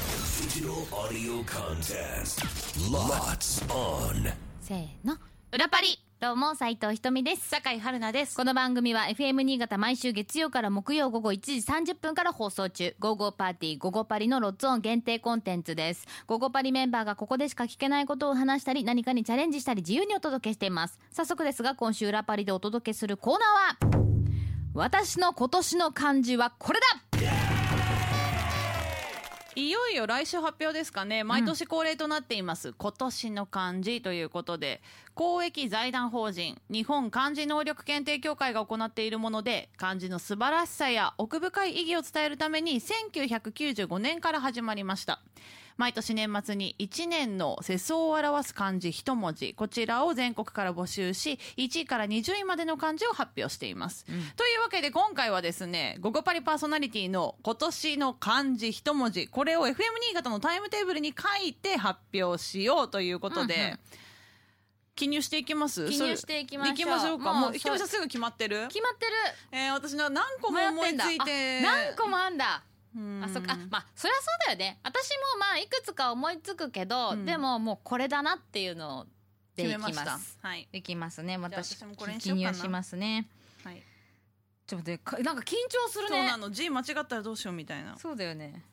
Digital audio contest. Lots on. せーの裏パリどうも斉藤ひとみです酒井春菜ですこの番組は FM 新潟毎週月曜から木曜午後1時30分から放送中「午後パーティー午後パリ」のロッツオン限定コンテンツです午後パリメンバーがここでしか聞けないことを話したり何かにチャレンジしたり自由にお届けしています早速ですが今週裏パリでお届けするコーナーは私の今年の漢字はこれだいよいよ来週発表ですかね毎年恒例となっています、今年の漢字ということで公益財団法人日本漢字能力検定協会が行っているもので漢字の素晴らしさや奥深い意義を伝えるために1995年から始まりました毎年年末に1年の世相を表す漢字1文字こちらを全国から募集し1位から20位までの漢字を発表しています、というわけで今回はですね「ゴゴパリパーソナリティ」の今年の漢字1文字これを FM 新潟のタイムテーブルに書いて発表しようということで、うんうん記入していきます記入していきましょう行きましょうかももううひとみさんすぐ決まってる決まってるえー、私の何個も思いつい迷っててんだあ何個もあんだうんあそっかあまあそりゃそうだよね私もまあいくつか思いつくけど、うんでももうこれだなっていうのでい決きめまますしたはい、できますね私私もこれにし記ようか入なしますねはい、ちょっと待ってかなんか緊張するそうねなの字間違ったらどうしようみたいなそうだよね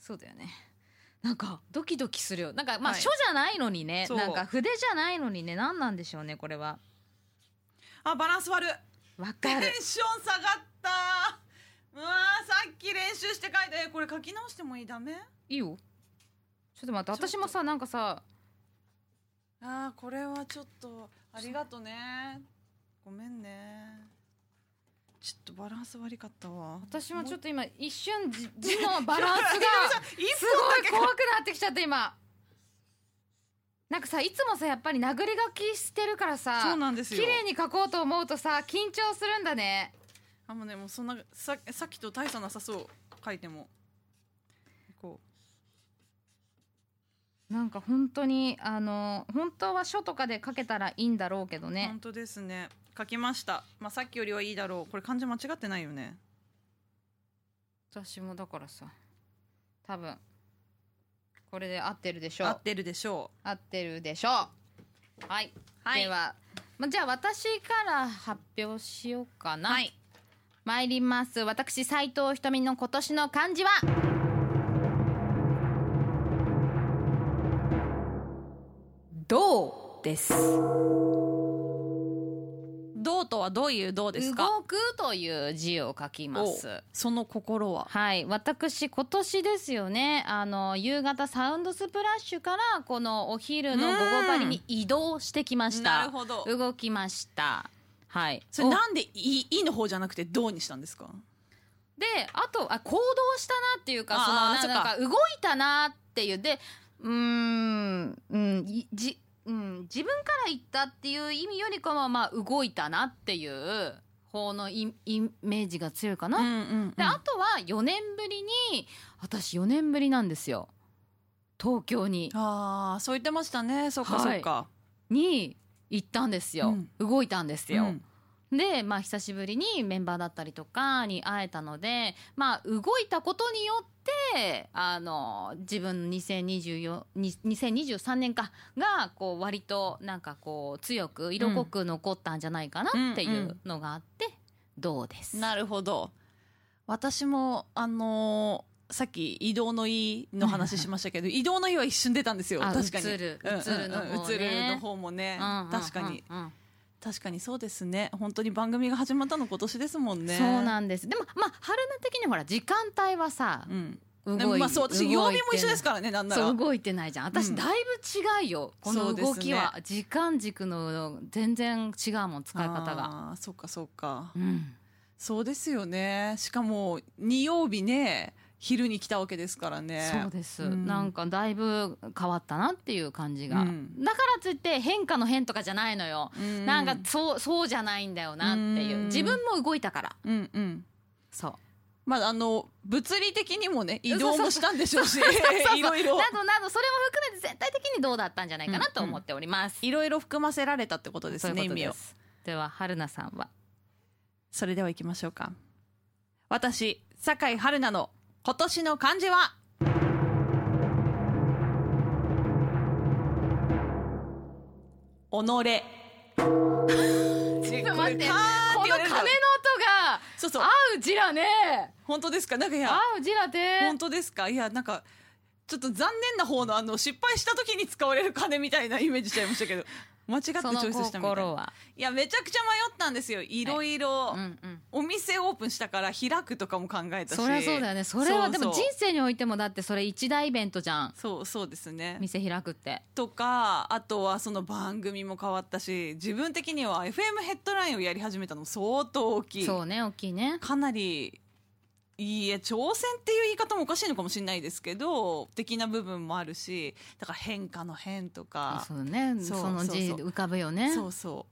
そうだよねなんかドキドキするよなんかまあ、はい書じゃないのにねそうなんか筆じゃないのにね何なんでしょうねこれはあバランス悪いわテか ンるション下がったうわーさっき練習して書いてえこれ書き直してもいいダメいいよちょっと待ってちょっと私もさなんかさあーこれはちょっとありがとねごめんねちょっとバランス悪かったわ私もちょっとと今一瞬字字のバランス が一す本だけごい怖くなってきちゃった今なんかさいつもさやっぱり殴り書きしてるからさそうなんですよ綺麗に書こうと思うとさ緊張するんだねあもうねもうそんなささっきと大差なさそう書いてもこなんか本当にあの本当は書とかで書けたらいいんだろうけどうね本当ですね書きましたまあさっきよりはいいだろうこれ漢字間違ってないよね私もだからさ多分これで合ってるでしょ合うってるでしょ合ってるでしょうはい、うはいでは、ま、じゃあ私から発表しようかなはい参ります私斉藤ひとみの今年の漢字はどうですどうとはどういうどうですか動くという字を書きますおその心ははい私今年ですよねあの夕方サウンドスプラッシュからこのお昼の午後パリに移動してきましなたるほど動きましたはいそれなんで「い」いの方じゃなくて「どう」にしたんですかであとあ行動したなっていうかあーそのななそっんかか動いたなっていうでうーん、うんいじうん、自分から言ったっていう意味よりかは、まあ、動いたなっていう方のイイメージが強いかな。んうんであとは4年ぶりに私4年ぶりなんですよ東京にああそう言ってましたねそっかはそいっか、に行ったんですよ、うん動いたんですよ。うんで、まあ、久しぶりにメンバーだったりとかに会えたので、まあ、動いたことによってあの自分の2024に2023年かがこう割となんかこう強く色濃く残ったんじゃないかなっていうのがあって、どうですなるほど私もあのーさっき移動の「い」の話しましたけど移動の「い」は一瞬出たんですよあ確かに移るうんうんうん移るの方ね移るの方もね、うんうんうん確かにうん確かにそうですね本当に番組が始まったの今年ですもんねそうなんですでもまあ春菜的にほら時間帯はさう、ん動いてまあそう私曜日も一緒ですからねなんならそう動いてないじゃん私うんだいぶ違いよ、こそのうです動ねきは、時間軸の全然違うもん使い方が、あーそっかそっかうん、そうですよね。しかも、二曜日ね、昼に来たわけですからね。そうです、うんなんかだいぶ変わったなっていう感じが、うんだからといって変化の変とかじゃないのよ、うんなんかそうそうじゃないんだよなっていう、うん自分も動いたからうんうん。そうまあ、あの、物理的にもね、移動もしたんでしょうし、 いろいろな。どなどそれも含めて全体的にどうだったんじゃないかなと思っております、いろいろ含ませられたってことですそういね、うこ意と味でを。すでは春菜さんはそれでは行きましょうか。私、酒井春菜の今年の漢字は、ちょっと待ってこの鐘己。言われるのだ音ろがそうそう合。う字だね本当ですかなんかいや合、う字だて本当ですかいや、なんか、ちょっと残念な方のあの、失敗した時に使われる金みたいなイメージしちゃい ましたけど、間違ってチそのョイスしたみたい心な。はいや、めちゃくちゃ迷ったんですよ。いろいろ。うんうんお店オープンしたから開くとかも考えたしそりゃそうだよねそれはそうでそうも人生においてもだってそれ一大イベントじゃんそうそうですね店開くってとかあとはその番組も変わったし自分的には FM ヘッドラインをやり始めたのも相当大きいそうね大きいねかなりいいえ挑戦っていう言い方もおかしいのかもしれないですけど的な部分もあるしだから変化の変とかそうねそそうの字そうそう浮かぶよねそうそう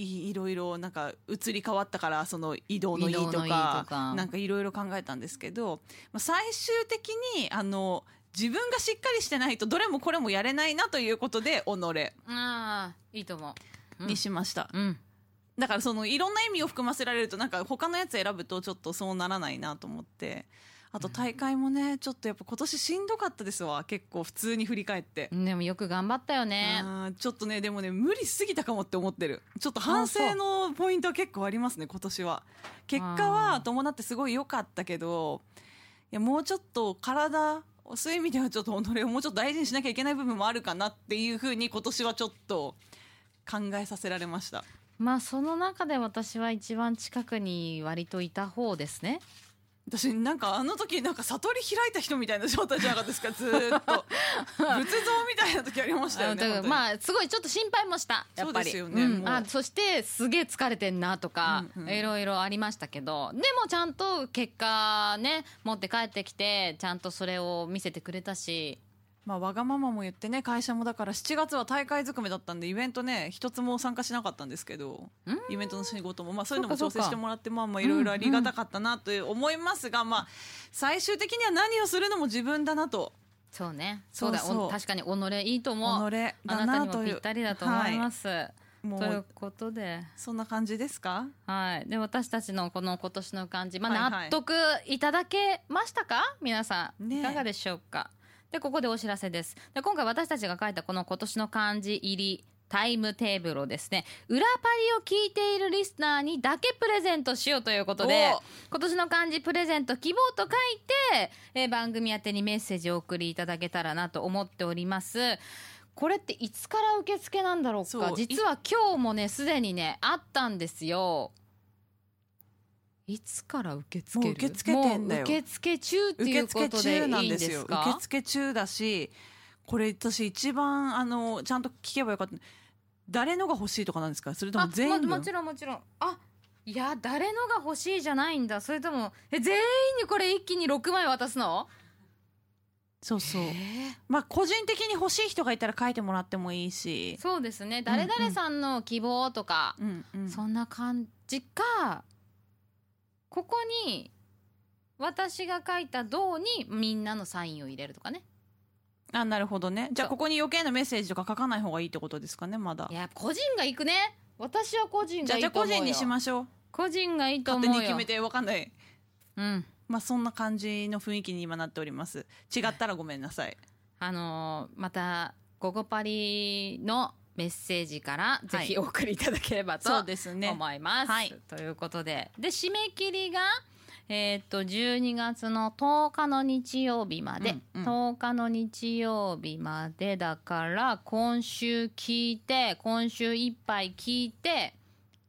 いいろいろなんか移り変わったからその移動のいいと移動のいいとかかなんかいろいろ考えたんですけど、まあ、最終的にあの自分がしっかりしてないとどれもこれもやれないなということで己ああいいと思ううんにしました、うんだからそのいろんな意味を含ませられるとなんか他のやつ選ぶとちょっとそうならないなと思ってあと大会もねちょっとやっぱ今年しんどかったですわ結構普通に振り返って。でもよく頑張ったよねあーちょっとねでもね無理しすぎたかもって思ってるちょっと反省のポイントは結構ありますね今年は結果あはー伴ってすごい良かったけどいやもうちょっと体そういう意味ではちょっと己をもうちょっと大事にしなきゃいけない部分もあるかなっていうふうに今年はちょっと考えさせられましたまあその中で私は一番近くに割といた方ですね私なんかあの時なんか悟り開いた人みたいな状態じゃなかっ たですかずーっと仏像みたいな時ありましたよあだねから本当にまあすごいちょっと心配もしたやっぱりそうですよねんもうあそしてすげえ疲れてんなとか、うんうんいろいろありましたけどでもちゃんと結果ね持って帰ってきてちゃんとそれを見せてくれたしまあ、わがままも言ってね会社もだから7月は大会ずくめだったんでイベントね一つも参加しなかったんですけどうーんイベントの仕事も、まあ、そういうのもそ調うかそう整かしてもらってまあまあいろいろありがたかったなという思いますが、まあ、最終的には何をするのも自分だなとそうねそそううだそうお確かに己いいと己思うだあなたなにともいぴう、ったりだと思いますす、もといううことでそんな感じですかはい、で私たちのこの今年の感じ、まはあ、いは納い得いただけましたか、皆さん、ねえいかがでしょうかでここでお知らせですで今回私たちが書いたこの今年の漢字入りタイムテーブルをですね裏パリを聞いているリスナーにだけプレゼントしようということでお今年の漢字プレゼント希望と書いて、えー番組宛てにメッセージをお送りいただけたらなと思っておりますこれっていつから受付なんだろうかそう実は今日もねすでにねあったんですよいつから受け付けるもう受け付けてんだよもう受付中ってい受うこ付とで中ないいんんでですよすか受付中だしこれ私一番あのちゃんと聞けばよかった誰のが欲しいとかなんですかそれとも全あ員も分もちろんもちろんあいや誰のが欲しいじゃないんだそれともえ全員にこれ一気に6枚渡すのそうそうえーまあ個人的に欲しい人がいたら書いてもらってもいいし、そうですね誰々さんの希望とか、うんうん、そんな感じかここに私が書いた銅にみんなのサインを入れるとかねあなるほどねじゃあそうここに余計なメッセージとか書かない方がいいってことですかねまだいや個人が行くね私は個人じがゃあいじゃあいと個思うよ人にしましょう個人がいいと思勝う手よに決めてわかんないうんまあそんな感じの雰囲気に今なっております違ったらごめんなさいあのーまた「ゴゴパリ」のメッセージからぜひお送りいただければとです思います。はいということでで締め切りが、えーっと12月の10日の日曜日まで、うんうん10日の日曜日までだから今週聞いて今週いっぱい聞いて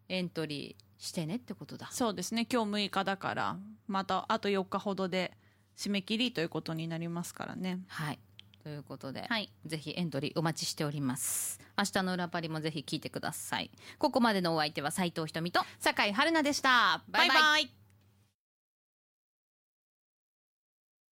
エントリーしてねってことだ。そうですね今日6日だからまたあと4日ほどで締め切りということになりますからねはいということで、はいぜひエントリーお待ちしております。明日の裏パリもぜひ聞いてください。ここまでのお相手は斉藤ひとみと酒井春奈でしたバイバイバイバイ